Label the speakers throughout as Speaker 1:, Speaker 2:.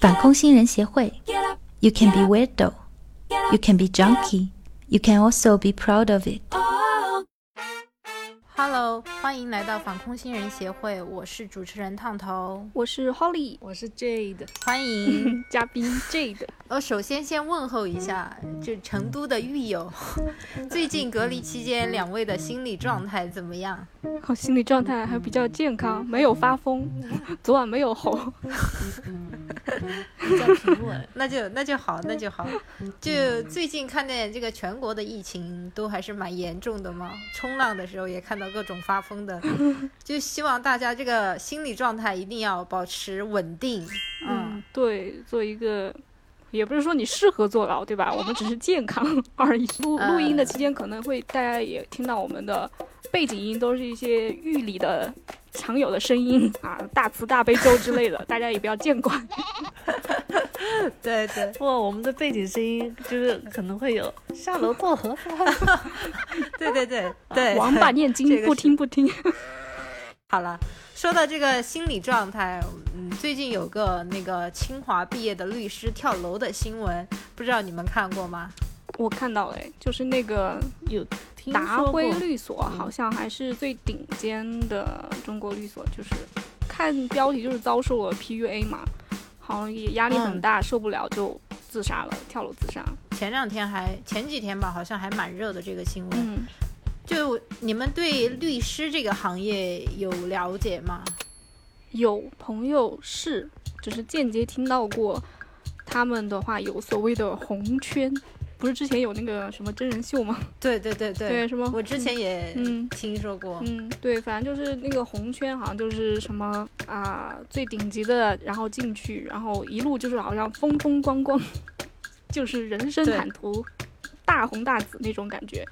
Speaker 1: 反空心人协会。You can be weirdo, you can be junkie, you can also be proud of it.
Speaker 2: Hello，欢迎来到反空心人协会，我是主持人烫头，
Speaker 3: 我是 Holly
Speaker 4: 我是 Jade，
Speaker 2: 欢 迎。
Speaker 3: 嘉宾 Jade，
Speaker 2: 呃，首先先问候一下，就成都的狱友，最近隔离期间两位的心理状态怎么样？
Speaker 3: 我心理状态还比较健康，没有发 疯，昨晚没有吼。
Speaker 4: 比较平稳。
Speaker 2: 那就那就好，那就好。就最近看见这个全国的疫情都还是蛮严重的嘛，冲浪的时候也看到各种发疯的，就希望大家这个心理状态一定要保持稳定。嗯，，
Speaker 3: 对，做一个。也不是说你适合坐牢，对吧？我们只是健康而已。
Speaker 2: 嗯
Speaker 3: 录录音的期间，可能会大家也听到我们的背景音都是一些狱里的常有的声音 啊，大慈大悲咒之类的，大家也不要见怪。
Speaker 2: 对对
Speaker 4: 哇，我们的背景声音就是可能会有下楼过河，
Speaker 2: 对对对对，
Speaker 3: 王八念
Speaker 2: 这
Speaker 3: 经，
Speaker 2: 个
Speaker 3: 不
Speaker 2: 是
Speaker 3: 听 不听。
Speaker 2: 好了，说到这个心理状态，嗯，最近有个那个清华毕业的律师跳楼的新闻，不知道你们看过吗？
Speaker 3: 我看到了，哎就是那个
Speaker 4: 有听
Speaker 3: 达
Speaker 4: 说过
Speaker 3: 辉律所
Speaker 4: 嗯
Speaker 3: 好像还是最顶尖的中国律所，就是看标题就是遭受了 PUA 嘛，好像也压力很
Speaker 4: 嗯
Speaker 3: 大，受不了就自杀了，跳楼自杀。
Speaker 2: 前两天还前几天吧，好像还蛮热的这个新闻。
Speaker 3: 嗯，
Speaker 2: 就你们对律师这个行业有了解吗？
Speaker 3: 有朋友是，只是间接听到过他们的话有所谓的红圈，不是之前有那个什么真人秀吗？
Speaker 2: 对对对对，
Speaker 3: 对，什么
Speaker 2: 我之前也
Speaker 3: 嗯
Speaker 2: 听说过。
Speaker 3: 嗯，对，反正就是那个红圈，好像就是什么啊、最顶级的，然后进去，然后一路就是好像风风光 光，就是人生
Speaker 2: 对
Speaker 3: 坦途，大红大紫那种感觉。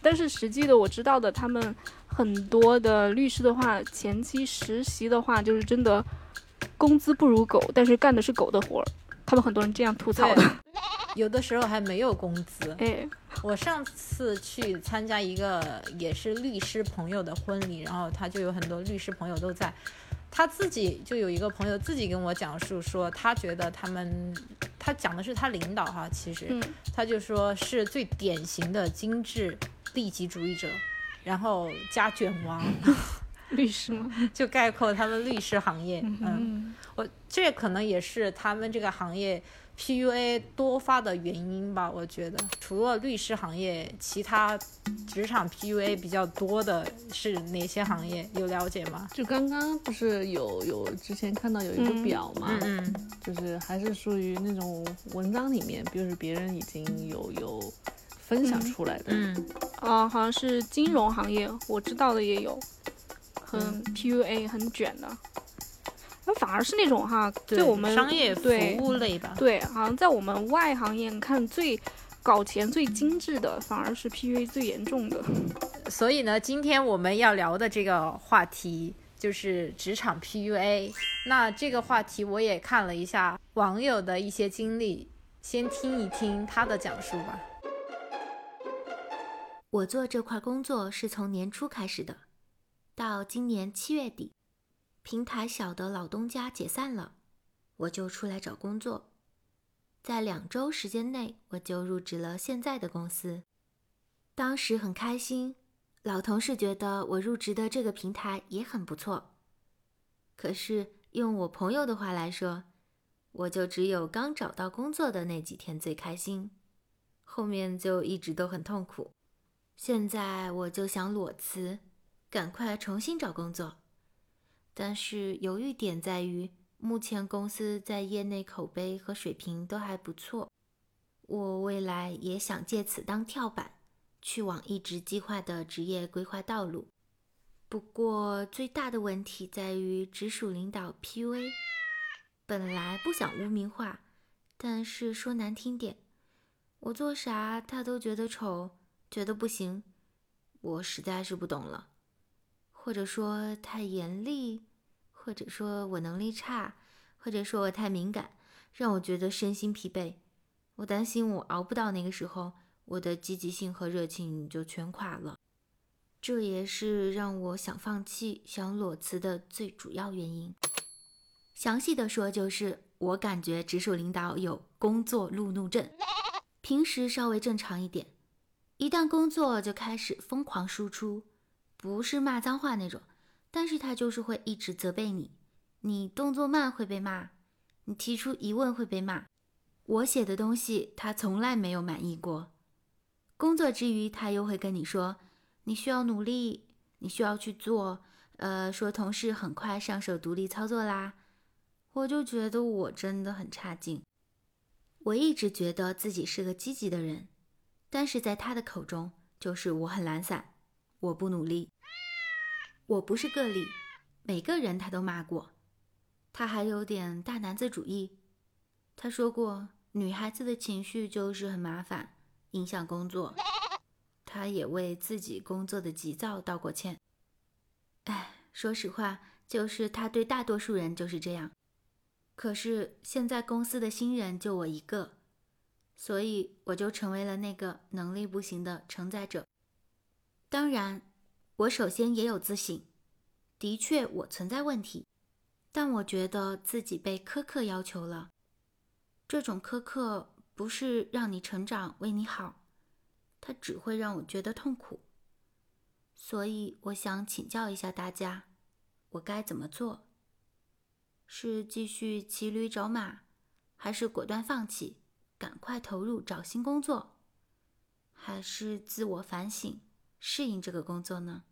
Speaker 3: 但是实际的我知道的，他们很多的律师的话，前期实习的话，就是真的工资不如狗，但是干的是狗的活儿。他们很多人这样吐槽的，
Speaker 2: 有的时候还没有工资。
Speaker 3: 哎，
Speaker 2: 我上次去参加一个也是律师朋友的婚礼，然后他就有很多律师朋友都在，他自己就有一个朋友自己跟我讲述说，他觉得他们，他讲的是他领导哈，其实、
Speaker 3: 嗯
Speaker 2: 他就说是最典型的精致利己主义者，然后加卷王，
Speaker 3: 律师吗？
Speaker 2: 就概括他们律师行业，嗯
Speaker 3: 嗯，
Speaker 2: 我这可能也是他们这个行业 PUA 多发的原因吧，我觉得除了律师行业，其他职场 PUA 比较多的是哪些行业？有了解吗？
Speaker 4: 就刚刚不是有有之前看到有一个
Speaker 3: 嗯
Speaker 4: 表嘛，
Speaker 2: 嗯
Speaker 4: 就是还是属于那种文章里面，就是别人已经有有分享出来的，
Speaker 2: 嗯
Speaker 3: 啊、好像是金融行业，我知道的也有，很
Speaker 2: 嗯
Speaker 3: PUA 很卷的，那反而是那种哈，
Speaker 2: 对，
Speaker 3: 对我们
Speaker 2: 商业服
Speaker 3: 对
Speaker 2: 务类吧，
Speaker 3: 对，好像在我们外行业看最搞钱最精致的，反而是 PUA 最严重的。
Speaker 2: 所以呢，今天我们要聊的这个话题就是职场 PUA。那这个话题我也看了一下网友的一些经历，先听一听他的讲述吧。
Speaker 5: 我做这块工作是从年初开始的，到今年七月底，平台小的老东家解散了，我就出来找工作。在两周时间内，我就入职了现在的公司。当时很开心，老同事觉得我入职的这个平台也很不错。可是用我朋友的话来说，我就只有刚找到工作的那几天最开心，后面就一直都很痛苦。现在我就想裸辞，赶快重新找工作。但是犹豫点在于，目前公司在业内口碑和水平都还不错，我未来也想借此当跳板，去往一直计划的职业规划道路。不过最大的问题在于直属领导 PUA，本来不想污名化，但是说难听点，我做啥他都觉得丑，觉得不行，我实在是不懂了。或者说太严厉，或者说我能力差，或者说我太敏感，让我觉得身心疲惫。我担心我熬不到那个时候，我的积极性和热情就全垮了。这也是让我想放弃、想裸辞的最主要原因。详细的说，就是我感觉直属领导有工作路怒症，平时稍微正常一点，一旦工作就开始疯狂输出，不是骂脏话那种，但是他就是会一直责备你，你动作慢会被骂，你提出疑问会被骂，我写的东西他从来没有满意过。工作之余，他又会跟你说，你需要努力，你需要去做，呃，说同事很快上手独立操作啦，我就觉得我真的很差劲。我一直觉得自己是个积极的人，但是在他的口中就是我很懒散，我不努力。我不是个例，每个人他都骂过。他还有点大男子主义，他说过女孩子的情绪就是很麻烦，影响工作。他也为自己工作的急躁道过歉。哎，说实话，就是他对大多数人就是这样。可是现在公司的新人就我一个，所以我就成为了那个能力不行的承载者。当然，我首先也有自省，的确我存在问题，但我觉得自己被苛刻要求了。这种苛刻不是让你成长、为你好，它只会让我觉得痛苦。所以我想请教一下大家，我该怎么做？是继续骑驴找马，还是果断放弃，赶快投入找新工作，还是自我反省，适应这个工作呢？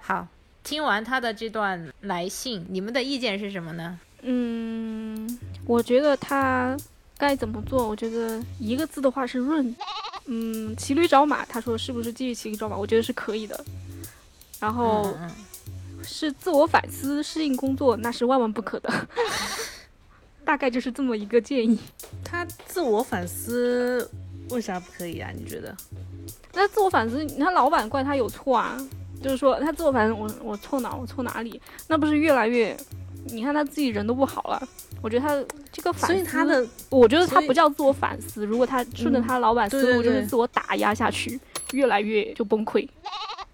Speaker 2: 好，听完他的这段来信，你们的意见是什么呢？
Speaker 3: 嗯，我觉得他该怎么做？我觉得一个字的话是润。嗯，骑驴找马，他说是不是继续骑驴找马？我觉得是可以的。然后
Speaker 2: 嗯，
Speaker 3: 是自我反思、适应工作，那是万万不可的。 大概就是这么一个建议。
Speaker 4: 他自我反思为啥不可以啊？你觉得？
Speaker 3: 那自我反思，你看老板怪他有错啊，就是说他自我反思，我我错哪儿，我错哪里，那不是越来越，你看他自己人都不好了。我觉得他这个反思，
Speaker 4: 所以他的
Speaker 3: 我觉得他
Speaker 4: 所以嗯
Speaker 3: 不叫自我反思，如果他顺着他老板思
Speaker 4: 对
Speaker 3: 路，
Speaker 4: 对
Speaker 3: 就是
Speaker 4: 对
Speaker 3: 自我打压下去，越来越就崩溃。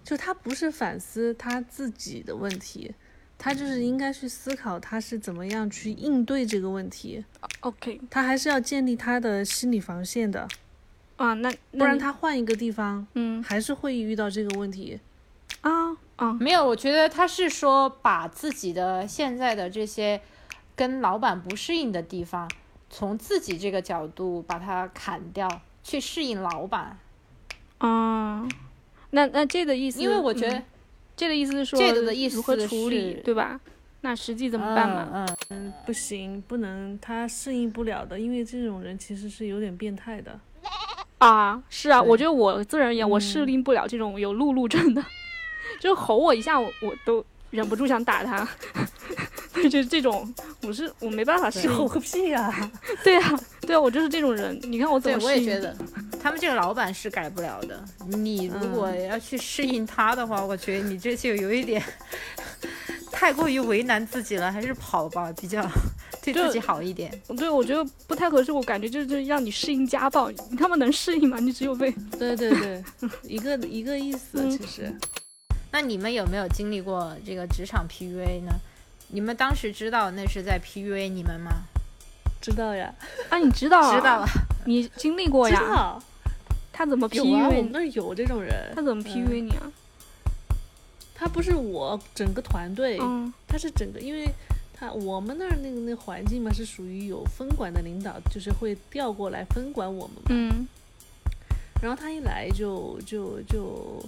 Speaker 4: 就他不是反思他自己的问题，他就是应该去思考他是怎么样去应对这个问题，
Speaker 3: OK
Speaker 4: 他还是要建立他的心理防线的，
Speaker 3: 啊，那那
Speaker 4: 不然
Speaker 3: 你
Speaker 4: 他换一个地方
Speaker 3: 嗯
Speaker 4: 还是会遇到这个问题。
Speaker 3: 啊啊
Speaker 2: 没有，我觉得他是说把自己的现在的这些跟老板不适应的地方，从自己这个角度把它砍掉，去适应老板。
Speaker 3: 啊，那那这个意思，
Speaker 2: 因为我觉
Speaker 3: 嗯
Speaker 2: 得，
Speaker 3: 这个意思是说
Speaker 2: 这个的意思
Speaker 3: 如何处理
Speaker 2: 是，
Speaker 3: 对吧？那实际怎
Speaker 2: 怎
Speaker 3: 么办嘛？
Speaker 2: 嗯，
Speaker 4: 嗯，不行，不能，他适应不了的，因为这种人其实是有点变态 的。
Speaker 3: 啊，是啊，
Speaker 2: 对
Speaker 3: 我觉得我自然而言，我
Speaker 4: 嗯
Speaker 3: 适应不了这种有路怒症的， 就吼我一下，我我都忍不住想打他。 就是这种，我是我没办法适应。
Speaker 4: 个屁呀、
Speaker 3: 对啊，对啊，我就是这种人。你看我怎
Speaker 2: 对，
Speaker 3: 么适
Speaker 2: 我
Speaker 3: 应？
Speaker 2: 也觉得他们这个老板是改不了的。你如果要去适应他的话，我觉得你这就有一点 太过于为难自己了，还是跑吧，比较对
Speaker 3: 就
Speaker 2: 自己好一点。
Speaker 3: 对，我觉得不太合适。我感觉就是就是让你适应家暴，你他妈能适应吗？你只有被
Speaker 4: 对对对， 一个一个意思，
Speaker 3: 嗯
Speaker 4: 其实。
Speaker 2: 那你们有没有经历过这个职场 PUA 呢？你们当时知道那是在 PUA 你们吗？
Speaker 4: 知道呀，
Speaker 3: 啊，你知道、啊，
Speaker 2: 知道，了，
Speaker 3: 你经历过
Speaker 4: 知
Speaker 3: 呀？
Speaker 4: 道
Speaker 3: 他怎么
Speaker 4: 有啊，
Speaker 3: PUA？
Speaker 4: 我们
Speaker 3: 你、
Speaker 4: 那儿有这种人
Speaker 3: 他，怎么
Speaker 2: 嗯
Speaker 3: PUA 你啊？
Speaker 4: 他不是我整个团队，
Speaker 3: 嗯
Speaker 4: 他是整个，因为他我们那儿那个那环境嘛，是属于有分管的领导，就是会调过来分管我们嘛。
Speaker 3: 嗯
Speaker 4: 然后他一来就就就，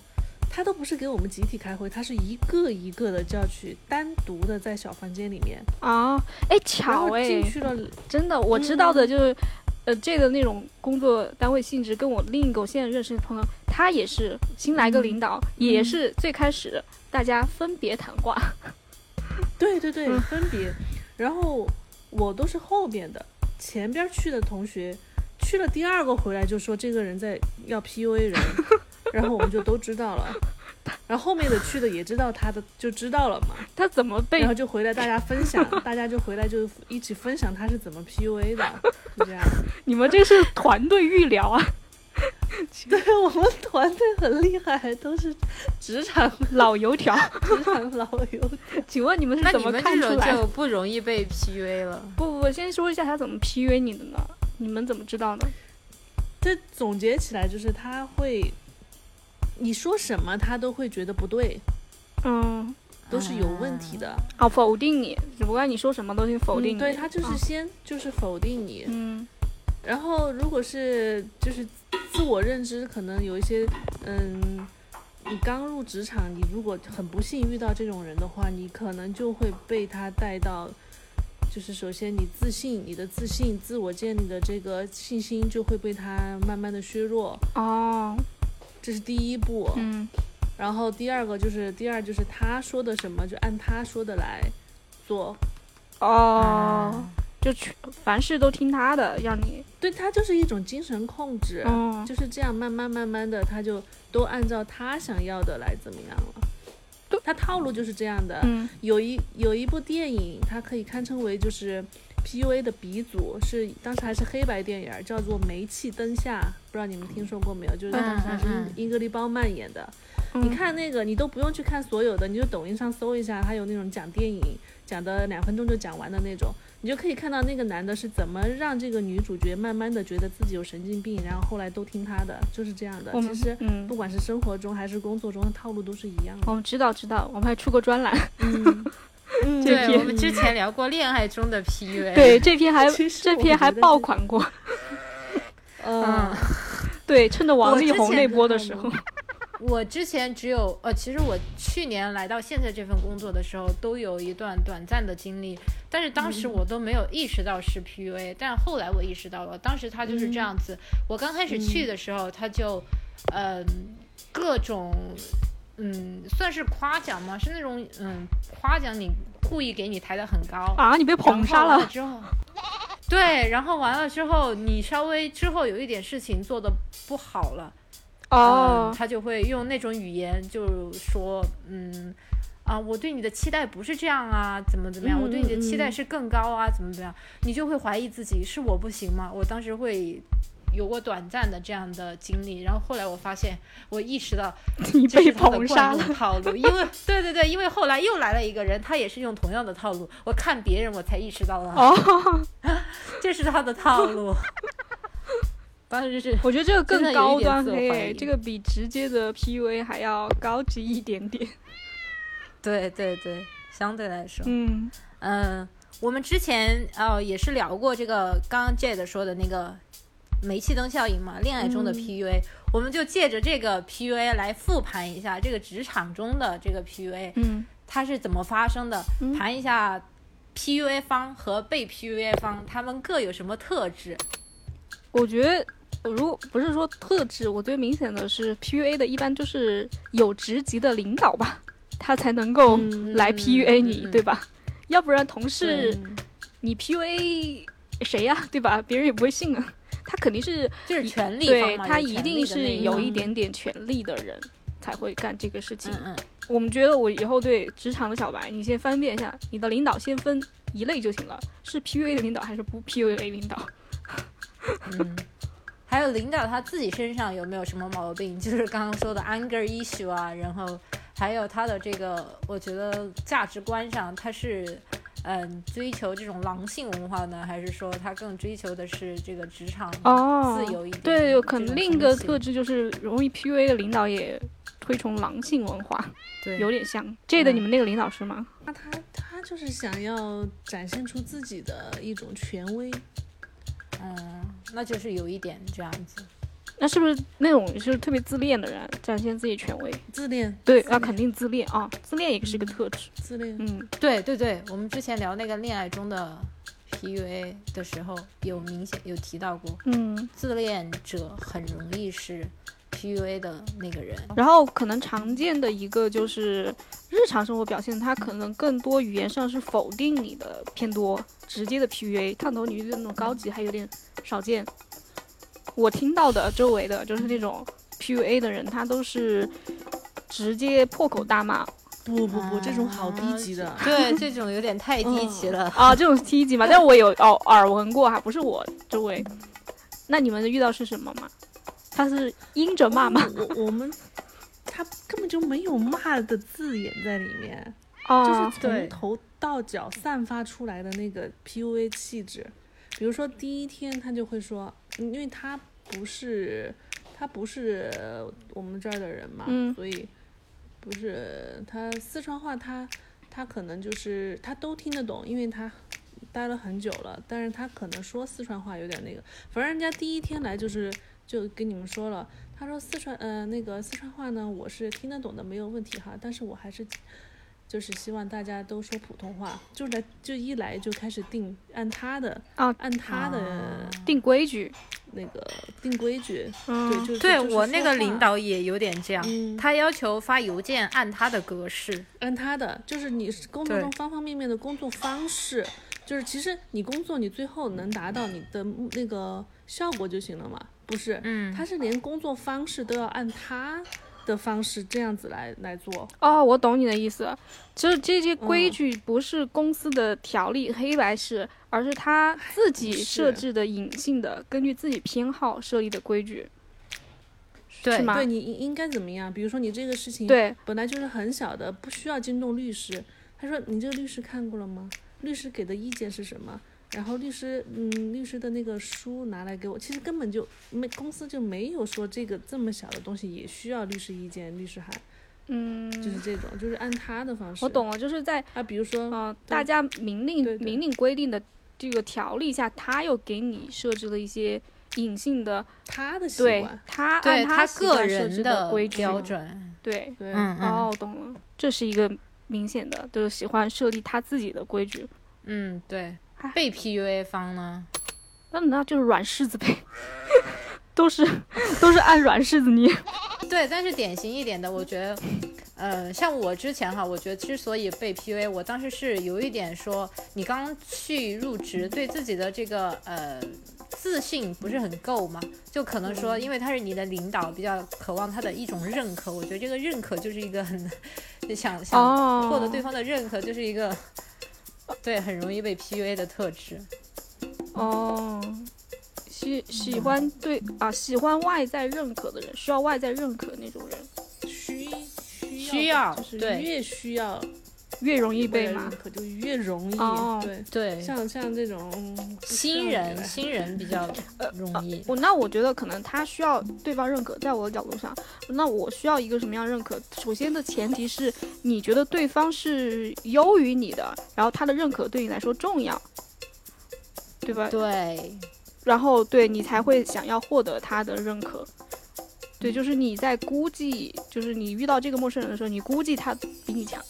Speaker 4: 他都不是给我们集体开会，他是一个一个的叫去单独的在小房间里面，
Speaker 3: 啊，哎，
Speaker 4: 然
Speaker 3: 巧
Speaker 4: 后
Speaker 3: 哎、
Speaker 4: 进去了，
Speaker 3: 真的，我知道的就是，呃，这个那种工作单位性质，跟我另一个我现在认识的朋友，他也是新来一个领导，也是最开始大家分别谈话，
Speaker 4: 对对对，
Speaker 3: 嗯
Speaker 4: 分别。然后我都是后边的，前边去的同学去了第二个回来就说这个人在要 PUA 人，然后我们就都知道了。然后后面的去的也知道他的，就知道了嘛。
Speaker 3: 他怎么被
Speaker 4: 然后就回来大家分享，大家就回来就一起分 享他是怎么 PUA 的，就这样。
Speaker 3: 你们这是团队预聊啊？
Speaker 4: 对我们团队很厉害，都是职场
Speaker 3: 老油 条。
Speaker 4: 职场老油。
Speaker 3: 请问你们
Speaker 2: 那
Speaker 3: 是怎
Speaker 2: 你
Speaker 3: 么
Speaker 2: 们
Speaker 3: 看
Speaker 2: 这
Speaker 3: 出
Speaker 2: 种
Speaker 3: 来？
Speaker 2: 就不容易被 PUA 了。
Speaker 3: 不不，我先说一下他怎么 PUA 你的呢？你们怎么知道呢？
Speaker 4: 这总结起来就是他会，你说什么他都会觉得不对，
Speaker 3: 嗯，
Speaker 4: 都是有问题的。嗯
Speaker 3: 哦，否定你，只不过你说什么都是否定你。
Speaker 4: 对他就是
Speaker 3: 啊
Speaker 4: 先就是否定你，
Speaker 3: 嗯
Speaker 4: 然后如果是就是自我认知可能有一些，嗯，你刚入职场，你如果很不幸遇到这种人的话，你可能就会被他带到，就是首先你自信，你的自信、自我建立的这个信心就会被他慢慢的削弱，
Speaker 3: 哦
Speaker 4: 这是第一步。
Speaker 3: 嗯
Speaker 4: 然后第二个就是第二就是他说的什么就按他说的来做，
Speaker 3: 哦，就全凡事都听他的，让你
Speaker 4: 对他就是一种精神控制。
Speaker 3: 嗯，
Speaker 4: 就是这样，慢慢慢慢的，他就都按照他想要的来怎么样了
Speaker 3: 对。
Speaker 4: 他套路就是这样的。
Speaker 3: 嗯
Speaker 4: 有一有一部电影，它可以堪称为就是 PUA 的鼻祖，是当时还是黑白电影儿，叫做《煤气灯下》，不知道你们听说过没有？就是当时还是
Speaker 2: 嗯嗯嗯
Speaker 4: 英格丽褒曼演的。
Speaker 3: 嗯
Speaker 4: 你看那个，你都不用去看所有的，你就抖音上搜一下，它有那种讲电影讲的两分钟就讲完的那种，你就可以看到那个男的是怎么让这个女主角慢慢的觉得自己有神经病，然后后来都听他的，就是这样的。
Speaker 3: 我们
Speaker 4: 其实
Speaker 3: 嗯
Speaker 4: 不，管是生活中还是工作中的套路都是一样的。
Speaker 3: 我们知道知道，我们还出过专栏。
Speaker 4: 嗯，嗯
Speaker 3: 这
Speaker 2: 对
Speaker 3: 篇
Speaker 2: 我们之前聊过恋爱中的 PUA，
Speaker 3: 对，这篇还
Speaker 4: 其实
Speaker 3: 这
Speaker 4: 我
Speaker 3: 篇还
Speaker 4: 觉得
Speaker 3: 爆
Speaker 4: 是
Speaker 3: 款过。
Speaker 4: 嗯
Speaker 2: 嗯，
Speaker 3: 对，趁着王
Speaker 2: 我
Speaker 3: 力
Speaker 2: 之
Speaker 3: 宏
Speaker 2: 前
Speaker 3: 那
Speaker 2: 知
Speaker 3: 波
Speaker 2: 道
Speaker 3: 的时
Speaker 2: 吗
Speaker 3: 候，
Speaker 2: 我之前只有呃，其实我去年来到现在这份工作的时候，都有一段短暂的经历，但是当时我都没有意识到是 PUA，、但后来我意识到了，当时他就是这样子。我刚开始去的时候，他就，嗯、各种，嗯，算是夸奖吗？是那种嗯，夸奖你，故意给你抬得很高，
Speaker 3: 啊，你被捧杀
Speaker 2: 然后完
Speaker 3: 了
Speaker 2: 了。之后，对，然后完了之后，你稍微之后有一点事情做的不好了。嗯，
Speaker 3: 哦，
Speaker 2: 他就会用那种语言就说，嗯，啊，我对你的期待不是这样啊，怎么怎
Speaker 3: 嗯
Speaker 2: 么样，我对你的期待是更高啊，怎么怎么样，你就会怀疑自己是我不行吗？我当时会有过短暂的这样的经历，然后后来我发现，我意识到
Speaker 3: 你
Speaker 2: 这
Speaker 3: 被
Speaker 2: 是他的
Speaker 3: 捧杀
Speaker 2: 惯
Speaker 3: 了。
Speaker 2: 用套路，因为 对对对，因为后来又来了一个人，他也是用同样的套路，我看别人我才意识到了，
Speaker 3: 哦，
Speaker 2: 这是他的套 路。当时是
Speaker 3: 我觉得这个
Speaker 2: 真的
Speaker 3: 更
Speaker 2: 有一
Speaker 3: 高
Speaker 2: 点
Speaker 3: 端
Speaker 2: 自我怀
Speaker 3: 嘿，
Speaker 2: 疑
Speaker 3: 这个比直接的 PUA 还要高级一点点。
Speaker 2: 对对对，相对来说，
Speaker 3: 嗯，
Speaker 2: 嗯，我们之前哦也是聊过这个，刚刚 Jade 说的那个煤气灯效应嘛，恋爱中
Speaker 3: 嗯
Speaker 2: 的 PUA，、我们就借着这个 PUA 来复盘一下这个职场中的这个 PUA，
Speaker 3: 嗯，
Speaker 2: 它是怎么发生的，
Speaker 3: 嗯
Speaker 2: 盘一下 PUA 方和被 PUA 方他们各有什么特质。
Speaker 3: 我觉得。呃如果不是说特质，我最明显的是 PUA 的，一般就是有职级的领导吧，他才能够来 PUA 你，
Speaker 2: 嗯嗯
Speaker 3: 对吧？要不然同事
Speaker 4: 嗯
Speaker 3: 你 PUA 谁呀、对吧？别人也不会信啊。他肯定是
Speaker 2: 就是权力方
Speaker 3: 对
Speaker 2: 嘛，
Speaker 3: 他
Speaker 2: 有
Speaker 3: 一
Speaker 2: 权力
Speaker 3: 定
Speaker 2: 的那
Speaker 3: 是有一点点权力的人才会干这个事情
Speaker 2: 嗯。嗯
Speaker 3: 我们觉得我以后对职场的小白，你先分辨一下，你的领导先分一类就行了，是 PUA 的领导还是不 PUA 的领导？
Speaker 2: 嗯，还有领导他自己身上有没有什么毛病？就是刚刚说的 anger issue 啊，然后还有他的这个，我觉得价值观上他是。嗯，追求这种狼性文化呢，还是说他更追求的是这个职场
Speaker 3: 哦
Speaker 2: 自由一点？
Speaker 3: 对，有可
Speaker 2: 嗯这
Speaker 3: 能
Speaker 2: 种
Speaker 3: 另一个
Speaker 2: 风气
Speaker 3: 特质就是容易 PUA 的领导也推崇狼性文化，
Speaker 2: 对
Speaker 3: 有点像。这的
Speaker 2: 嗯
Speaker 3: 你们那个领导是吗？
Speaker 4: 那他他就是想要展现出自己的一种权威，
Speaker 2: 嗯，那就是有一点这样子。
Speaker 3: 那是不是那种就是特别自恋的人，展现自己权威？
Speaker 4: 自恋，
Speaker 3: 对，那肯定自恋啊、自恋也是个特质。
Speaker 4: 自恋。
Speaker 3: 嗯，
Speaker 2: 对对对，我们之前聊那个恋爱中的 PUA 的时候，有明显有提到过，
Speaker 3: 嗯，
Speaker 2: 自恋者很容易是 PUA 的那个人。
Speaker 3: 然后可能常见的一个就是日常生活表现，他可能更多语言上是否定你的偏多，直接的 PUA，烫头女的那种高级还有点少见。我听到的周围的就是那种 PUA 的人，他都是直接破口大骂
Speaker 4: 不不
Speaker 3: 啊
Speaker 4: 不，这种好低级的。
Speaker 2: 对，这种有点太低级了。
Speaker 3: 啊，这种是低级嘛。但是我有哦耳闻过哈，不是我周围。那你们遇到是什么吗？他是阴着骂吗？
Speaker 4: 我我们他根本就没有骂的字眼在里面，就
Speaker 3: 啊
Speaker 4: 是，
Speaker 6: 对
Speaker 4: 从头到脚散发出来的那个 PUA 气质。比如说第一天他就会说，因为他不是他不是呃我们这儿的人嘛，
Speaker 3: 嗯
Speaker 4: 所以不是他四川话他他可能就是他都听得懂，因为他待了很久了，但是他可能说四川话有点那个，反正人家第一天来就是就跟你们说了，他说四川呃那个四川话呢我是听得懂的没有问题哈，但是我还是就是希望大家都说普通话，就来就一来就开始定按他的
Speaker 2: 哦
Speaker 3: 啊
Speaker 4: 按他的、
Speaker 3: 定规矩，
Speaker 4: 那个定规矩，对，
Speaker 3: 嗯，
Speaker 4: 就
Speaker 2: 对
Speaker 4: 就是
Speaker 2: 我那
Speaker 4: 说
Speaker 2: 个
Speaker 4: 话
Speaker 2: 领导也有点这样，
Speaker 4: 嗯
Speaker 2: 他要求发邮件按他的格式，
Speaker 4: 按他的，就是你是工作
Speaker 2: 对
Speaker 4: 中方方面面的工作方式，就是其实你工作你最后能达到你的目那个效果就行了嘛，不是？
Speaker 2: 嗯
Speaker 4: 他是连工作方式都要按他的方式这样子来来做，
Speaker 3: 哦，我懂你的意思，就是这些规矩不是公司的条例黑白是，而是他自己
Speaker 4: 是
Speaker 3: 设置的隐性的，根据自己偏好设立的规矩，
Speaker 2: 对
Speaker 3: 是吗？
Speaker 4: 对你应应该怎么样？比如说你这个事情，
Speaker 3: 对
Speaker 4: 本来就是很小的，不需要惊动律师。他说：“你这个律师看过了吗？律师给的意见是什么？然后律师，嗯，律师的那个书拿来给我。其实根本就没公司就没有说这个这么小的东西也需要律师意见、律师函，
Speaker 3: 嗯，
Speaker 4: 就是这种，就是按他的方式。
Speaker 3: 我懂了，就是在
Speaker 4: 啊，比如说，
Speaker 3: 嗯、大家明令
Speaker 4: 对对
Speaker 3: 明令规定的这个条例下，他又给你设置了一些隐性的，
Speaker 4: 他的习
Speaker 3: 对
Speaker 4: 惯，
Speaker 3: 他
Speaker 2: 对
Speaker 3: 按
Speaker 2: 他
Speaker 3: 习
Speaker 2: 个
Speaker 3: 惯设
Speaker 2: 人
Speaker 3: 置的规矩，
Speaker 2: 标准，
Speaker 3: 对，
Speaker 4: 对，
Speaker 2: 嗯嗯
Speaker 3: 哦，懂了，这是一个明显的，就是喜欢设立他自己的规矩，
Speaker 2: 嗯，对
Speaker 3: 哎。
Speaker 2: 被 PUA 方呢？
Speaker 3: 那那就是软柿子呗， 都是都是按软柿子捏，
Speaker 2: 对，但是典型一点的，我觉得，呃，像我之前哈，我觉得之所以被 PUA，我当时是有一点说，你刚去入职，对自己的这个呃自信不是很够嘛，就可能说，因为他是你的领导，比较渴望他的一种认可，我觉得这个认可就是一个很想想
Speaker 3: 哦，
Speaker 2: 获得对方的认可，就是一个对很容易被 PUA 的特质。
Speaker 3: 哦。喜喜欢对啊，喜欢外在认可的人，需要外在认可的那种人，
Speaker 4: 需需
Speaker 2: 需
Speaker 4: 要
Speaker 2: 要
Speaker 4: 吧，就是
Speaker 2: 对
Speaker 4: 越需要
Speaker 3: 越容易
Speaker 4: 被
Speaker 3: 被
Speaker 4: 人
Speaker 3: 骂
Speaker 4: 认。可，就越容易，
Speaker 3: 哦
Speaker 4: 对。”
Speaker 2: 对，
Speaker 4: 像像这种嗯不需要
Speaker 2: 新
Speaker 4: 你
Speaker 2: 人
Speaker 4: 来
Speaker 2: 新人比较容易。
Speaker 3: 我那我觉得可能他需要对方认可，在我的角度上，那我需要一个什么样的认可？首先的前提是你觉得对方是优于你的，然后他的认可对你来说重要，对吧？
Speaker 2: 对，
Speaker 3: 然后对你才会想要获得他的认可。对，就是你在估计，就是你遇到这个陌生人的时候，你估计他比你强，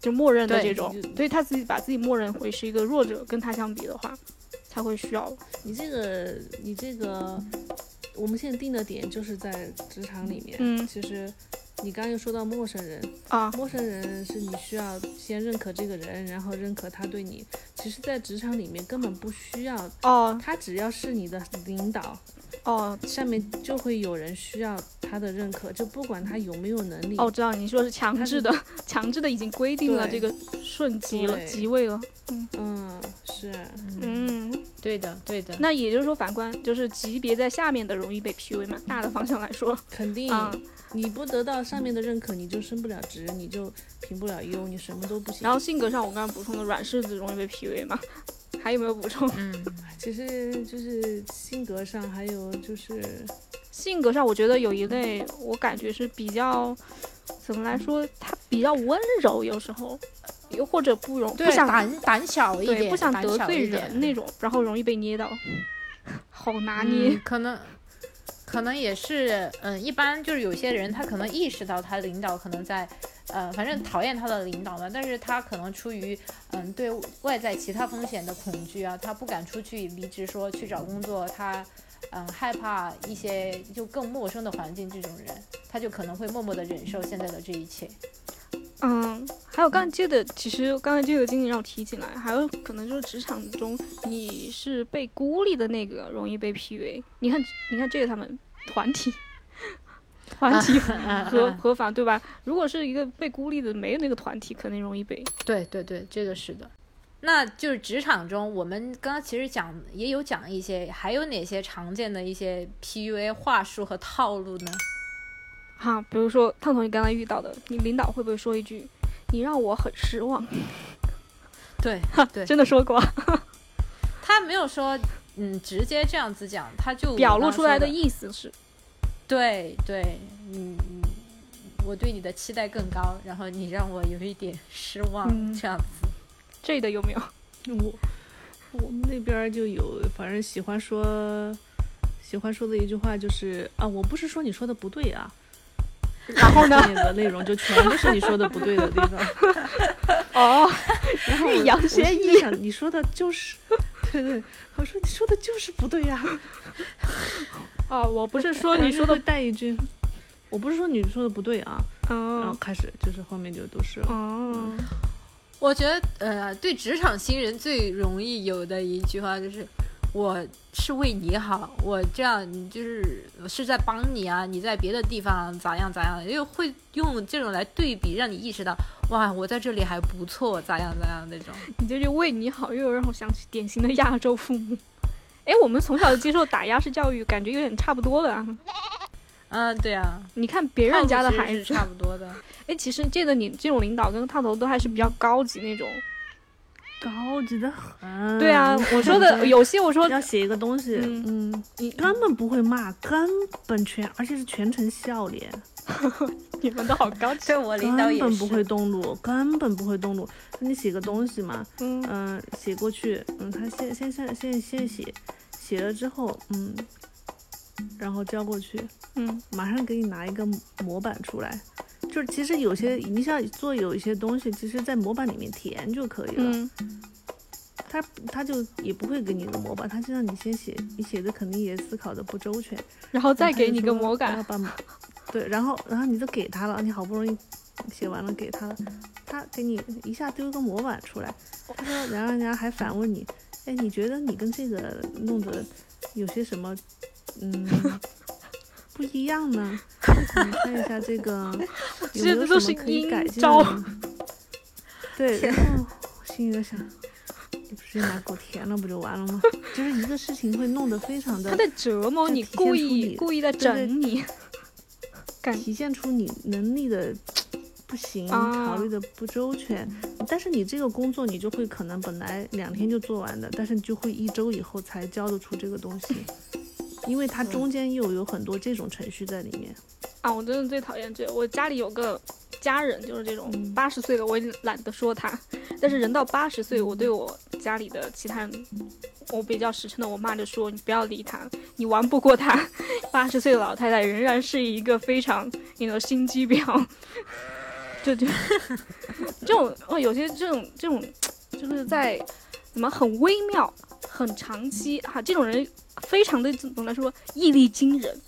Speaker 3: 就默认的
Speaker 2: 对
Speaker 3: 这种，所以他自己把自己默认为是一个弱者，跟他相比的话，才会需要。
Speaker 4: 你这个，你这个，我们现在定的点就是在职场里面。
Speaker 3: 嗯
Speaker 4: 其实你刚刚又说到陌生人，
Speaker 3: 啊，
Speaker 4: 陌生人是你需要先认可这个人，然后认可他对你。其实，在职场里面根本不需要，
Speaker 3: 哦
Speaker 4: 他只要是你的领导，
Speaker 3: 哦
Speaker 4: 下面就会有人需要他的认可，就不管他有没有能力。
Speaker 3: 哦，我知道你说是强制的，强制的已经规定了
Speaker 4: 对
Speaker 3: 这个顺级了，
Speaker 4: 对
Speaker 3: 级位了。
Speaker 4: 嗯，是
Speaker 3: 嗯，
Speaker 2: 对的，对的。
Speaker 3: 那也就是说，反观就是级别在下面的容易被 PUA 嘛，大的方向来说，
Speaker 4: 肯定。
Speaker 3: 啊、
Speaker 4: 你不得到上面的认可，你就升不了职，你就评不了优，你什么都不行。
Speaker 3: 然后性格上，我刚刚补充的软柿子容易被 PUA 嘛，还有没有补充？
Speaker 2: 嗯，
Speaker 4: 其实就是性格上，还有就是
Speaker 3: 性格上，我觉得有一类，我感觉是比较怎么来说，他比较温柔，有时候，又或者不容
Speaker 2: 对，
Speaker 3: 不想
Speaker 2: 胆胆小一
Speaker 3: 对
Speaker 2: 点，
Speaker 3: 不想
Speaker 2: 胆
Speaker 3: 得
Speaker 2: 小
Speaker 3: 罪
Speaker 2: 一点
Speaker 3: 人那种，然后容易被捏到， 好拿捏。
Speaker 2: 嗯，可能。可能也是，嗯，一般就是有些人他可能意识到他领导可能在，呃，反正讨厌他的领导嘛，但是他可能出于，嗯，对外在其他风险的恐惧啊，他不敢出去离职说去找工作，他，嗯，害怕一些就更陌生的环境，这种人他就可能会默默的忍受现在的这一切。
Speaker 3: 嗯，还有刚才这个，其实刚才这个经历让我提起来，还有可能就是职场中你是被孤立的那个，容易被 PUA。你看，你看这个他们团体， 团
Speaker 4: 啊
Speaker 3: 体合合法对吧？如果是一个被孤立的，没有那个团体，肯定容易被。
Speaker 2: 对对对，这个是的。那就是职场中，我们刚刚其实讲也有讲一些，还有哪些常见的一些 PUA 话术和套路呢？
Speaker 3: 哈，比如说烫头，你刚才遇到的，你领导会不会说一句“你让我很失望
Speaker 2: 对”？对
Speaker 3: 真的说过，
Speaker 2: 他没有说，嗯，直接这样子讲，他就
Speaker 3: 表露出来
Speaker 2: 的
Speaker 3: 的意思是，
Speaker 2: 对对，嗯，嗯我对你的期待更高，然后你让我有一点失望，
Speaker 3: 嗯
Speaker 2: 这样子。
Speaker 3: 这的有没有？
Speaker 4: 我我们那边儿就有，反正喜欢说喜欢说的一句话就是啊，我不是说你说的不对 啊，然后呢，的内容就全都是你说的不对的 地方。
Speaker 3: 哦，
Speaker 4: 然后我
Speaker 3: 欲扬
Speaker 4: 我
Speaker 3: 先
Speaker 4: 心里
Speaker 3: 抑
Speaker 4: 想你说的就是， 对对，我说你说的就是不对呀、
Speaker 3: 哦，我不是说 你说的，
Speaker 4: 带一句，我不是说你说的不对啊，然后
Speaker 3: 哦
Speaker 4: 开始就是后面就都是了。
Speaker 3: 哦，
Speaker 2: 我觉得，呃，对职场新人最容易有的一句话就是：“我是为你好，我这样你就是是在帮你啊，你在别的地方咋样咋样。”又会用这种来对比，让你意识到，哇，我在这里还不错，咋样咋样那 种。
Speaker 3: 你这句为你好，又有让我想起典型的亚洲父母。 哎，我们从小就接受打压式教育，感觉有点差不多的啊。
Speaker 2: 嗯，对啊，
Speaker 3: 你看别人家的
Speaker 2: 套路其
Speaker 3: 孩
Speaker 2: 实
Speaker 3: 子
Speaker 2: 是，差不多的。
Speaker 3: 哎，其实这个你这种领导跟烫头都还是比较高级那种。
Speaker 4: 高级的很
Speaker 3: 对啊，
Speaker 4: 嗯
Speaker 3: 我说 的有些我说
Speaker 4: 要写一个东西，
Speaker 3: 嗯
Speaker 4: 嗯，你根本不会骂，根本全，而且是全程笑脸，
Speaker 3: 你们都好高级，
Speaker 2: 对我
Speaker 4: 根
Speaker 2: 领导也
Speaker 4: 本
Speaker 2: 是
Speaker 4: 不会动怒，根本不会动怒。那你写个东西嘛，
Speaker 3: 嗯，
Speaker 4: 嗯、写过去，嗯，他先先先先先写，写了之后，嗯，然后交过去，
Speaker 3: 嗯，
Speaker 4: 马上给你拿一个模板出来。就是其实有些你想做有一些东西，其实在模板里面填就可以了。
Speaker 3: 嗯，
Speaker 4: 他他就也不会给你一个模板，他就让你先写，你写的肯定也思考的不周全，
Speaker 3: 然后
Speaker 4: 然
Speaker 3: 再
Speaker 4: 后他
Speaker 3: 给
Speaker 4: 就
Speaker 3: 你个
Speaker 4: 说
Speaker 3: 魔
Speaker 4: 然
Speaker 3: 感
Speaker 4: 后，把模对，然后然后你就给他了，你好不容易写完了给他了，他给你一下丢一个模板出来，他说，然后人家还反问你，哎，你觉得你跟这个弄得有些什么，嗯，不一样呢？你看一下这个有没
Speaker 3: 觉
Speaker 4: 有
Speaker 3: 得
Speaker 4: 什
Speaker 3: 都
Speaker 4: 么
Speaker 3: 是
Speaker 4: 可以
Speaker 3: 阴
Speaker 4: 改进
Speaker 3: 招
Speaker 4: 的呢？ 对，然后心里在想，你不是拿狗填了不就完了吗？ 就是一个事情会弄得非常的
Speaker 3: 他在折磨
Speaker 4: 就
Speaker 3: 你，
Speaker 4: 体现
Speaker 3: 故
Speaker 4: 出
Speaker 3: 意
Speaker 4: 你
Speaker 3: 故意在
Speaker 4: 对对
Speaker 3: 整你，感
Speaker 4: 体现出你能力的不行，
Speaker 3: 嗯啊嗯
Speaker 4: 考虑的不周全。但是你这个工作，你就会可能本来两天就做完的，但是你就会一周以后才交得出这个东西， 因为它中间又有很多这种程序在里面。
Speaker 3: 啊，我真的最讨厌这。我家里有个家人就是这种，
Speaker 4: 嗯
Speaker 3: 八十岁了我也懒得说他，但是人到八十岁，我对我家里的其他人，我比较实诚的，我妈就说你不要理他，你玩不过他。八十岁的老太太仍然是一个非常你的心机婊，就就这种哦，有些这种这种就是在怎么很微妙、很长期哈、这种人非常的怎么来说毅力惊人。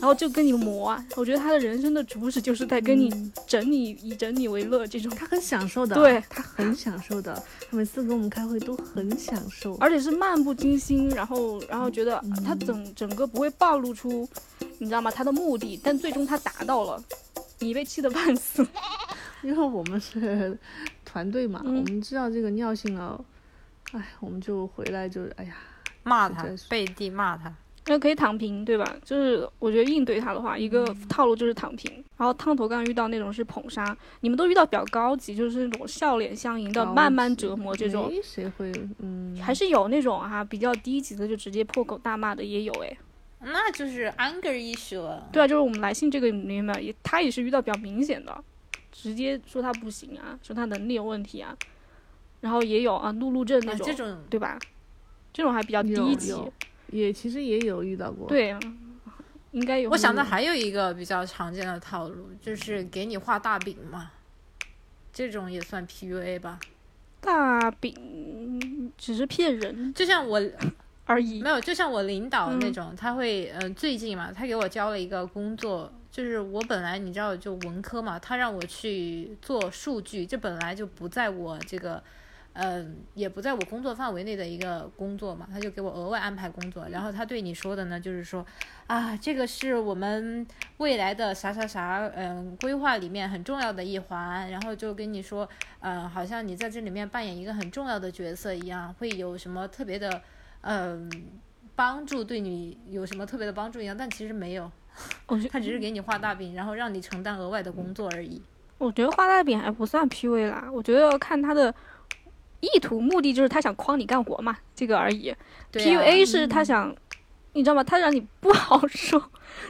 Speaker 3: 然后就跟你磨啊，我觉得他的人生的主旨就是在跟你
Speaker 4: 嗯
Speaker 3: 整你，以整你为乐这种。
Speaker 4: 他很享受的，
Speaker 3: 对，
Speaker 4: 他很享受的。他每次跟我们开会都很享受，
Speaker 3: 而且是漫不经心，然后然后觉得
Speaker 4: 嗯
Speaker 3: 他整整个不会暴露出，你知道吗？他的目的，但最终他达到了，你被气得半死。
Speaker 4: 因为我们是团队嘛，
Speaker 3: 嗯
Speaker 4: 我们知道这个尿性了，哎，我们就回来就哎呀，
Speaker 2: 骂他
Speaker 4: 真是，
Speaker 2: 背地骂他。
Speaker 3: 那可以躺平，对吧？就是我觉得应对他的话，一个
Speaker 4: 嗯
Speaker 3: 套路就是躺平。然后烫头刚遇到那种是捧杀，你们都遇到比较高级，就是那种笑脸相迎的，
Speaker 4: 高
Speaker 3: 慢慢
Speaker 4: 级
Speaker 3: 折磨这种。
Speaker 4: 没谁会嗯，
Speaker 3: 还是有那种哈、比较低级的，就直接破口大骂的也有哎。
Speaker 2: 那就是 anger issue 了。
Speaker 3: 对啊，就是我们来信这个里面嘛，也他也是遇到比较明显的，直接说他不行啊，说他能力有问题啊，然后也有啊路怒症那
Speaker 2: 啊
Speaker 3: 种，
Speaker 2: 这种
Speaker 3: 对吧？这种还比较低
Speaker 4: 有
Speaker 3: 级，
Speaker 4: 有也其实也有遇到过，
Speaker 3: 对啊，应该有。
Speaker 2: 我想到还有一个比较常见的套路，就是给你画大饼嘛，这种也算 PUA 吧。
Speaker 3: 大饼只是骗人
Speaker 2: 就像我
Speaker 3: 而已
Speaker 2: 没，有，就像我领导那种，他会嗯、呃最近嘛，他给我交了一个工作，就是我本来你知道就文科嘛，他让我去做数据，这本来就不在我这个呃，也不在我工作范围内的一个工作嘛，他就给我额外安排工作。然后他对你说的呢，就是说，啊，这个是我们未来的啥啥啥，嗯、规划里面很重要的一环。然后就跟你说，呃，好像你在这里面扮演一个很重要的角色一样，会有什么特别的，嗯、帮助对你有什么特别的帮助一样，但其实没有，
Speaker 3: 我觉
Speaker 2: 他只是给你画大饼，然后让你承担额外的工作而已。
Speaker 3: 我觉得画大饼还不算 PUA 啦，我觉得要看他的意图目的，就是他想诓你干活嘛，这个而已。
Speaker 2: 对啊
Speaker 3: PUA 是他想，你知道吗？他让你不好受，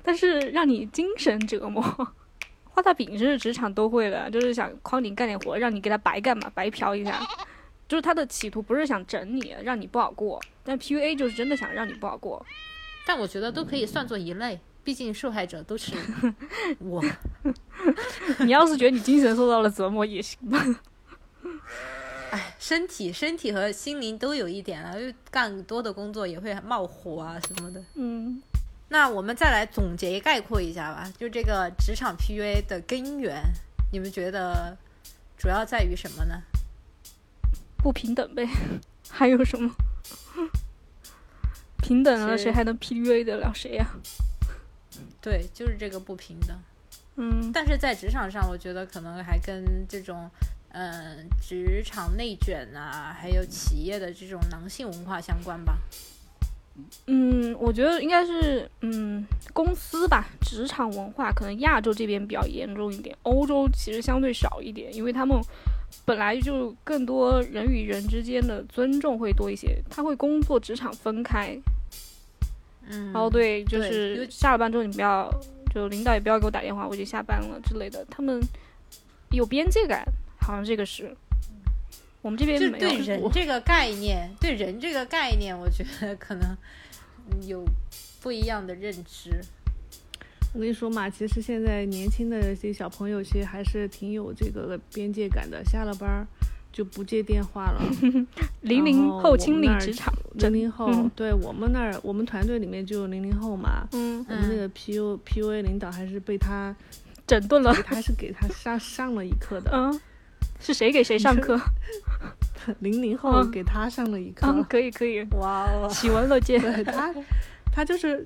Speaker 3: 但是让你精神折磨。画大饼是职场都会的，就是想诓你干点活，让你给他白干嘛，白嫖一下。就是他的企图不是想整你，让你不好过，但 PUA 就是真的想让你不好过。
Speaker 2: 但我觉得都可以算作一类，毕竟受害者都是我。
Speaker 3: 你要是觉得你精神受到了折磨也行吧。
Speaker 2: 哎，身体、身体和心灵都有一点了，就干多的工作也会冒火啊什么的。
Speaker 3: 嗯，
Speaker 2: 那我们再来总结概括一下吧，就这个职场 PUA 的根源，你们觉得主要在于什么呢？
Speaker 3: 不平等呗，还有什么？ 平等了，
Speaker 2: 是
Speaker 3: 谁还能 PUA 得了谁啊呀、
Speaker 2: 对，就是这个不平等。
Speaker 3: 嗯，
Speaker 2: 但是在职场上，我觉得可能还跟这种，嗯、职场内卷啊，还有企业的这种狼性文化相关吧。
Speaker 3: 嗯，我觉得应该是嗯公司吧，职场文化可能亚洲这边比较严重一点，欧洲其实相对少一点，因为他们本来就更多人与人之间的尊重会多一些，他会工作职场分开，
Speaker 2: 嗯，
Speaker 3: 然后哦对，就
Speaker 2: 对因为
Speaker 3: 是下了班之后你不要，就领导也不要给我打电话，我已经下班了之类的，他们有边界感，好像这个是我们这边
Speaker 2: 就
Speaker 3: 没
Speaker 2: 对
Speaker 3: 有
Speaker 2: 人。这个概念，对人这个概念，我觉得可能有不一样的认知。
Speaker 4: 我跟你说嘛，其实现在年轻的这些小朋友其实还是挺有这个边界感的，下了班儿就不接电话 了。
Speaker 3: 零零
Speaker 4: 哦
Speaker 3: 后
Speaker 4: 我
Speaker 3: 清
Speaker 4: 们
Speaker 3: 理
Speaker 4: 那儿
Speaker 3: 职场，
Speaker 4: 零零后，
Speaker 3: 嗯
Speaker 4: 对我们那儿，我们团队里面就有零零后嘛。
Speaker 3: 嗯，
Speaker 4: 我们那个 PU PUA 领导还是被他，
Speaker 3: 整顿了
Speaker 4: 给，他是给他上上了一课的，
Speaker 3: 嗯，是谁给谁上课？
Speaker 4: 零零后
Speaker 3: 嗯
Speaker 4: 给他上了一课，
Speaker 3: 嗯，可以可以，
Speaker 2: 哇哦！
Speaker 3: 喜闻乐见。
Speaker 4: 对他，他就是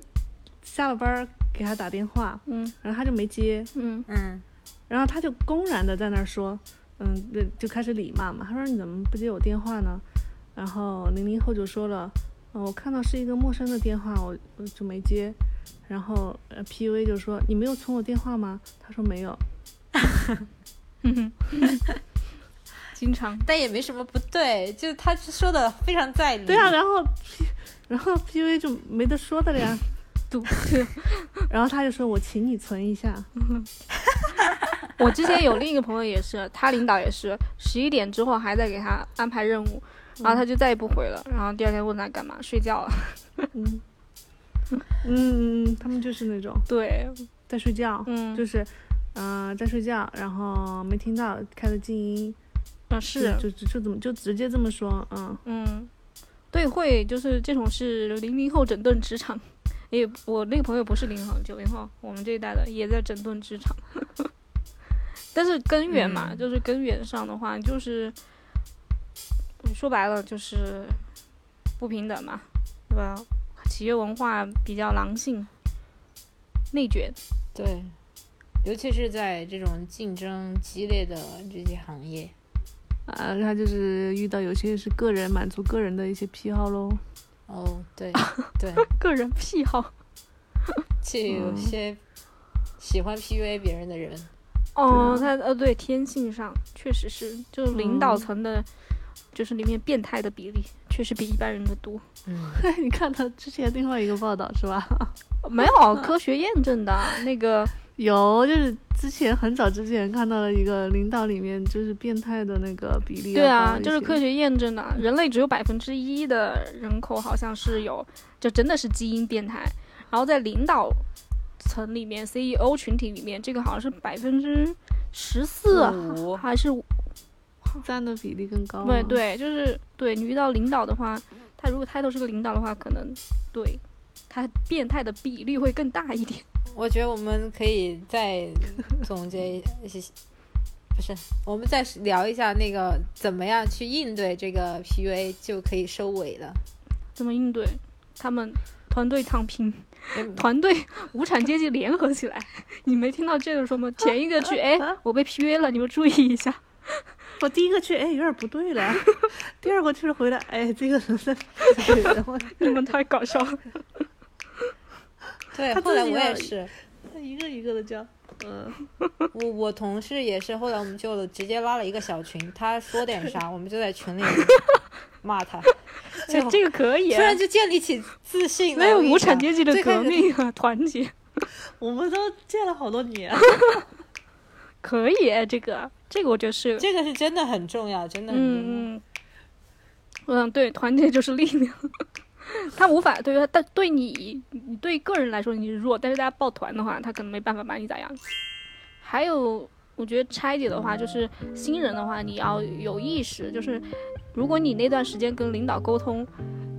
Speaker 4: 下了班儿给他打电话，
Speaker 3: 嗯
Speaker 4: 然后他就没接，
Speaker 3: 嗯
Speaker 2: 嗯，
Speaker 4: 然后他就公然的在那儿说，嗯，就就开始礼貌嘛。他说你怎么不接我电话呢？然后零零后就说了，嗯、我看到是一个陌生的电话，我我就没接。然后呃 PUA 就说你没有存我电话吗？他说没有。
Speaker 3: 哼哼，经常
Speaker 2: 但也没什么不对，就他说的非常在理。
Speaker 4: 对啊，然后 P 然后 PUA 就没得说的了呀。
Speaker 3: 读。
Speaker 4: 然后他就说我请你存一下。
Speaker 3: 我之前有另一个朋友也是，他领导也是十一点之后还在给他安排任务，然后他就再也不回了。然后第二天问他干嘛，睡觉了。
Speaker 4: 嗯嗯嗯，他们就是那种
Speaker 3: 对，
Speaker 4: 在睡觉，
Speaker 3: 嗯，
Speaker 4: 就是嗯、呃在睡觉，然后没听到开了静音。
Speaker 3: 嗯是，
Speaker 4: 就就就怎么就直接这么说，嗯，
Speaker 3: 嗯，对，会就是这种是零零后整顿职场。也，我那个朋友不是零后，九零后，我们这一代的也在整顿职场。 但是根源嘛，
Speaker 2: 嗯
Speaker 3: 就是根源上的话，就是说白了就是不平等嘛，对吧？企业文化比较狼性、内卷，
Speaker 2: 对，尤其是在这种竞争激烈的这些行业。
Speaker 4: 啊，他就是遇到有些是个人满足个人的一些癖好喽，
Speaker 2: 哦， 对对，
Speaker 3: 个人癖好。
Speaker 2: 就有
Speaker 3: 嗯
Speaker 2: 些喜欢 PUA 别人的人。
Speaker 4: 啊
Speaker 3: 哦，他呃，对，天性上确实是，就是领导
Speaker 4: 嗯
Speaker 3: 层的，就是里面变态的比例确实比一般人的多。
Speaker 2: 嗯，
Speaker 4: 你看到之前另外一个报道是吧？
Speaker 3: 呃没有科学验证的那个，
Speaker 4: 有，就是之前很早之前看到了一个领导里面就是变态的那个比例要
Speaker 3: 对
Speaker 4: 高
Speaker 3: 啊
Speaker 4: 了，一
Speaker 3: 就
Speaker 4: 些，
Speaker 3: 是科学验证的。
Speaker 4: 嗯
Speaker 3: 人类只有百分之一的人口好像是有，就真的是基因变态。然后在领导层里面，CEO 群体里面，这个好像是百分之十四啊
Speaker 2: 五
Speaker 3: 还是
Speaker 4: 占的比例更高，
Speaker 3: 对，
Speaker 4: 啊
Speaker 2: 嗯
Speaker 3: 对，就是对你遇到领导的话，他如果 title 是个领导的话，可能对他变态的比率会更大一点。
Speaker 2: 我觉得我们可以再总结一些，不是，我们再聊一下那个怎么样去应对这个 PUA 就可以收尾了。
Speaker 3: 怎么应对？他们团队躺平，
Speaker 2: 嗯
Speaker 3: 团队无产阶级联合起来。你没听到这个说吗？前一个去，哎，我被 PUA 了，你们注意一下。
Speaker 6: 我第一个去，哎，有点不对 了；第二个去了回来，哎，这个
Speaker 3: 你们太搞 笑了。
Speaker 2: 对，
Speaker 6: 他自
Speaker 2: 后来
Speaker 6: 己
Speaker 2: 我
Speaker 6: 要
Speaker 2: 也是，
Speaker 6: 他一个一个的叫，
Speaker 4: 呃
Speaker 6: 嗯，
Speaker 2: 我我同事也是，后来我们就直接拉了一个小群，他说点 啥，我们就在群里骂他，
Speaker 3: 这这个可以、
Speaker 2: 哎突
Speaker 3: 啊
Speaker 2: 然，就建立起自信了。
Speaker 3: 没有
Speaker 2: 我跟你
Speaker 3: 无产
Speaker 2: 讲
Speaker 3: 阶级的
Speaker 2: 最开
Speaker 3: 革
Speaker 2: 始
Speaker 3: 命啊，团结
Speaker 6: 我们都见了好多 年，
Speaker 3: 可以、哎这个这个我觉得是，
Speaker 2: 这个是真的很重要，真的很重要。
Speaker 3: 嗯嗯嗯，对，团结就是力量。他无法对他，但对你，你对个人来说你是弱，但是大家抱团的话，他可能没办法把你咋样。还有，我觉得拆解的话，就是新人的话，你要有意识，就是如果你那段时间跟领导沟通，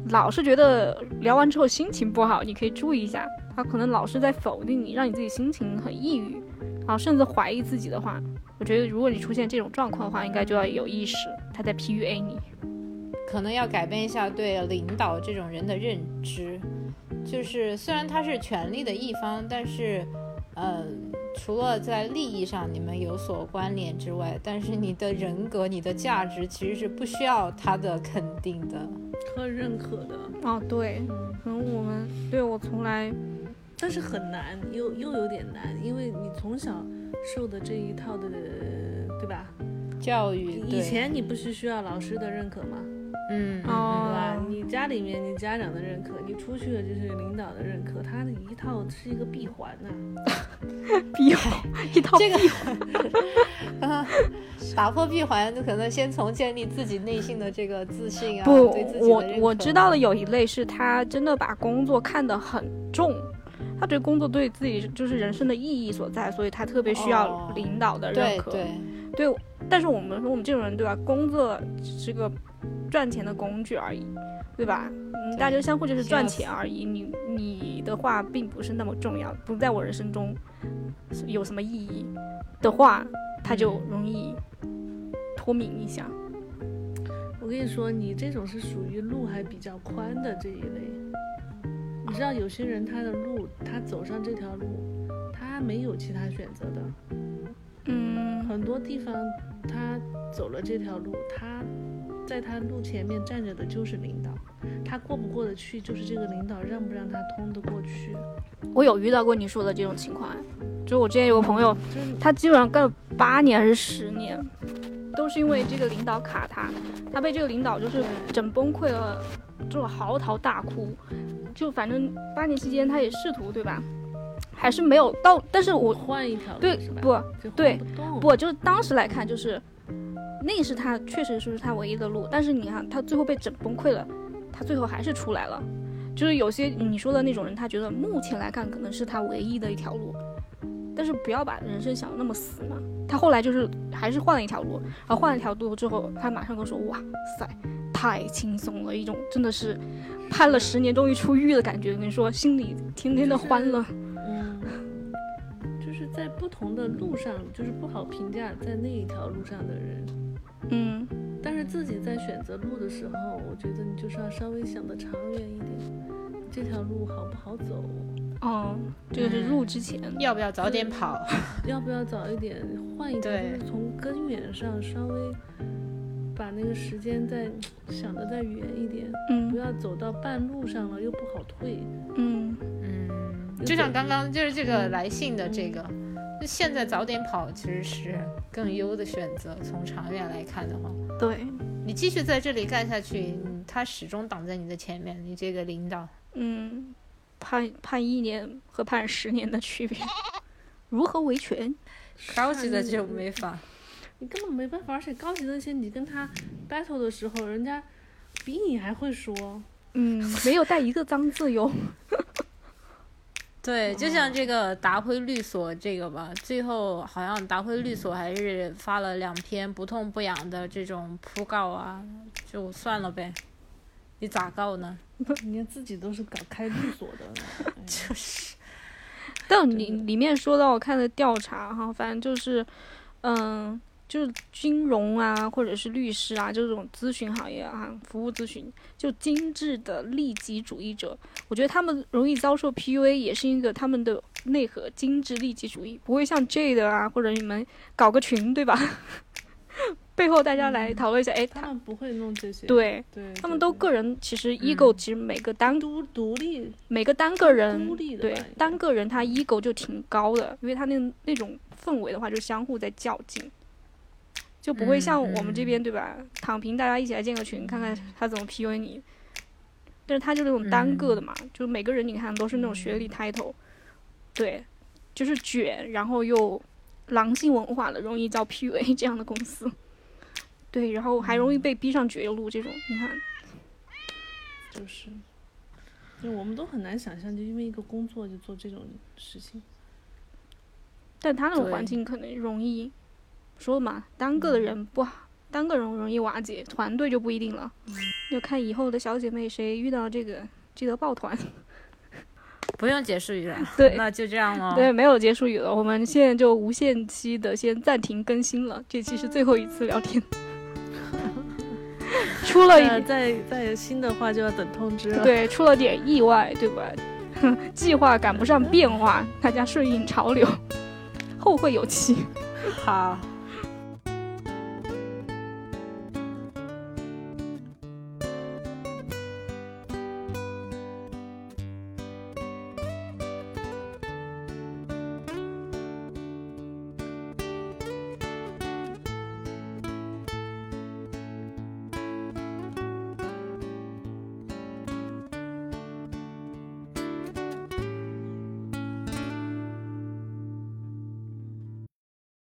Speaker 3: 老是觉得聊完之后心情不好，你可以注意一下，他可能老是在否定你，让你自己心情很抑郁，然后甚至怀疑自己的话，我觉得如果你出现这种状况的话，应该就要有意识，他在 PUA 你。
Speaker 2: 可能要改变一下对领导这种人的认知，就是虽然他是权力的一方，但是，嗯，除了在利益上你们有所关联之外，但是你的人格、你的价值其实是不需要他的肯定的。
Speaker 4: 可认可的，
Speaker 3: 哦，对，
Speaker 2: 嗯
Speaker 3: 可能我们对我从来
Speaker 4: 但是很难，又又有点难，因为你从小受的这一套的，对吧？
Speaker 2: 教育
Speaker 4: 以，前你不是需要老师的认可吗？
Speaker 2: 对嗯，
Speaker 4: 对
Speaker 3: 哦
Speaker 4: 吧？，你家里面你家长的认可，你出去了就是领导的认可，他的一套是一个闭环呐、
Speaker 3: 闭环一套
Speaker 2: 这个， 啊打破闭环，可能先从建立自己内心的这个自信啊，
Speaker 3: 不
Speaker 2: 对自，己的
Speaker 3: 我
Speaker 2: 认
Speaker 3: 我
Speaker 2: 可
Speaker 3: 知道的有一类是他真的把工作看得很重，他对工作对自己就是人生的意义所在，所以他特别需要
Speaker 2: 哦
Speaker 3: 领导的
Speaker 2: 对
Speaker 3: 认可。
Speaker 2: 对，
Speaker 3: 对，但是我们我们这种人，对吧？工作只是个赚钱的工具而已，对吧？嗯，大家相互就是
Speaker 2: 需
Speaker 3: 赚
Speaker 2: 要
Speaker 3: 钱而已。你你的话并不是那么重要，不在我人生中是有什么意义的话，他就容易脱敏一下。
Speaker 4: 我跟你说，你这种是属于路还比较宽的这一类。你知道有些人他的路，他走上这条路，他没有其他选择的。
Speaker 3: 嗯，
Speaker 4: 很多地方他走了这条路，他在他路前面站着的就是领导，他过不过得去就是这个领导让不让他通得过去。
Speaker 3: 我有遇到过你说的这种情况，啊就我之前有个朋友，
Speaker 4: 就是
Speaker 3: 他基本上干了八年还是十年，都是因为这个领导卡他，他被这个领导就是整崩溃了，就嚎啕大哭，就反正八年期间他也试图对吧，还是没有到，但是我
Speaker 4: 换一条路
Speaker 3: 对
Speaker 4: 是吧？
Speaker 3: 不
Speaker 4: 就换
Speaker 3: 对
Speaker 4: 不动
Speaker 3: 不就是当时来看就是，那是他确实是他唯一的路，但是你看他最后被整崩溃了，他最后还是出来了，就是有些你说的那种人，他觉得目前来看可能是他唯一的一条路，但是不要把人生想得那么死嘛。他后来就是还是换了一条路，然后换了一条路之后，他马上跟我说：“哇塞，太轻松了，一种真的是判了十年终于出狱的感觉。”我跟你说，心里天天的
Speaker 4: 就是
Speaker 3: 欢乐。
Speaker 4: 嗯，就是在不同的路上，就是不好评价在那一条路上的人。
Speaker 3: 嗯，
Speaker 4: 但是自己在选择路的时候，我觉得你就是要稍微想得长远一点，这条路好不好走，
Speaker 3: 哦，这
Speaker 4: 嗯
Speaker 3: 个是入之前。
Speaker 2: 要不要早点跑？
Speaker 4: 要不要早一点换一条，
Speaker 2: 对
Speaker 4: 就是从根源上稍微把那个时间再想得再远一点，
Speaker 3: 嗯
Speaker 4: 不要走到半路上了又不好退。
Speaker 3: 嗯
Speaker 2: 嗯，就像刚刚就是这个来信的这个，就现在早点跑其实是更优的选择。从长远来看的话，
Speaker 3: 对，
Speaker 2: 你继续在这里干下去，嗯他始终挡在你的前面。你这个领导，
Speaker 3: 嗯，判判一年和判十年的区别，如何维权？
Speaker 2: 高级的就没法。
Speaker 4: 你根本没办法，而且高级那些你跟他 battle 的时候，人家比你还会说。
Speaker 3: 嗯，没有带一个脏字哟。
Speaker 2: 对，就像这个达辉律所这个吧，最后好像达辉律所还是发了两篇不痛不痒的这种铺告啊，就算了呗。你咋告呢？
Speaker 4: 你看自己都是搞开律所 的，
Speaker 2: 就是
Speaker 3: 但里里面说到我看的调查哈，反正就是，嗯，就是金融啊，或者是律师啊，就这种咨询行业啊，服务咨询，就精致的利己主义者，我觉得他们容易遭受 PUA，也是因为他们的内核精致利己主义，不会像 J 的啊，或者你们搞个群对吧？ 背后大家来讨论一下，哎、
Speaker 4: 嗯他
Speaker 3: 他
Speaker 4: 们不会弄这些，
Speaker 3: 对
Speaker 4: 对，
Speaker 3: 他们都
Speaker 4: 对嗯
Speaker 3: 个人，其实 ego 其实每个单
Speaker 4: 对独独立，
Speaker 3: 每个单个人
Speaker 4: 孤立的嗯吧
Speaker 3: 对
Speaker 4: 应该
Speaker 3: 单个人他 ego 就挺高的，因为他那那种氛围的话，就相互在较劲，就不会像我们这
Speaker 4: 嗯
Speaker 3: 边、对吧？躺平，大家一起来建个群，看看他怎么 PUA 你。但是他就那种单个
Speaker 4: 嗯
Speaker 3: 的嘛，就每个人你看都是那种学历 title，、对，就是卷，然后又狼性文化的，容易遭 PUA 这样的公司，对，然后还容易被
Speaker 4: 嗯
Speaker 3: 逼上绝路这种，你看，
Speaker 4: 就是，就我们都很难想象，就因为一个工作就做这种事情，
Speaker 3: 但他那种
Speaker 2: 对
Speaker 3: 环境可能容易，说了嘛，单个的人不好，单个人容易瓦解，团队就不一定了。就看以后的小姐妹谁遇到这个，记得抱团。
Speaker 2: 不用结束语了，
Speaker 3: 对
Speaker 2: 那就这样了。
Speaker 3: 对，没有结束语了，我们现在就无限期的先暂停更新了，这期是最后一次聊天。出了
Speaker 4: 那
Speaker 3: 一
Speaker 4: 再再新的话就要等通知了。
Speaker 3: 对，出了点意外，对吧？ 计划赶不上变化，大家顺应潮流，后会有期。
Speaker 2: 好，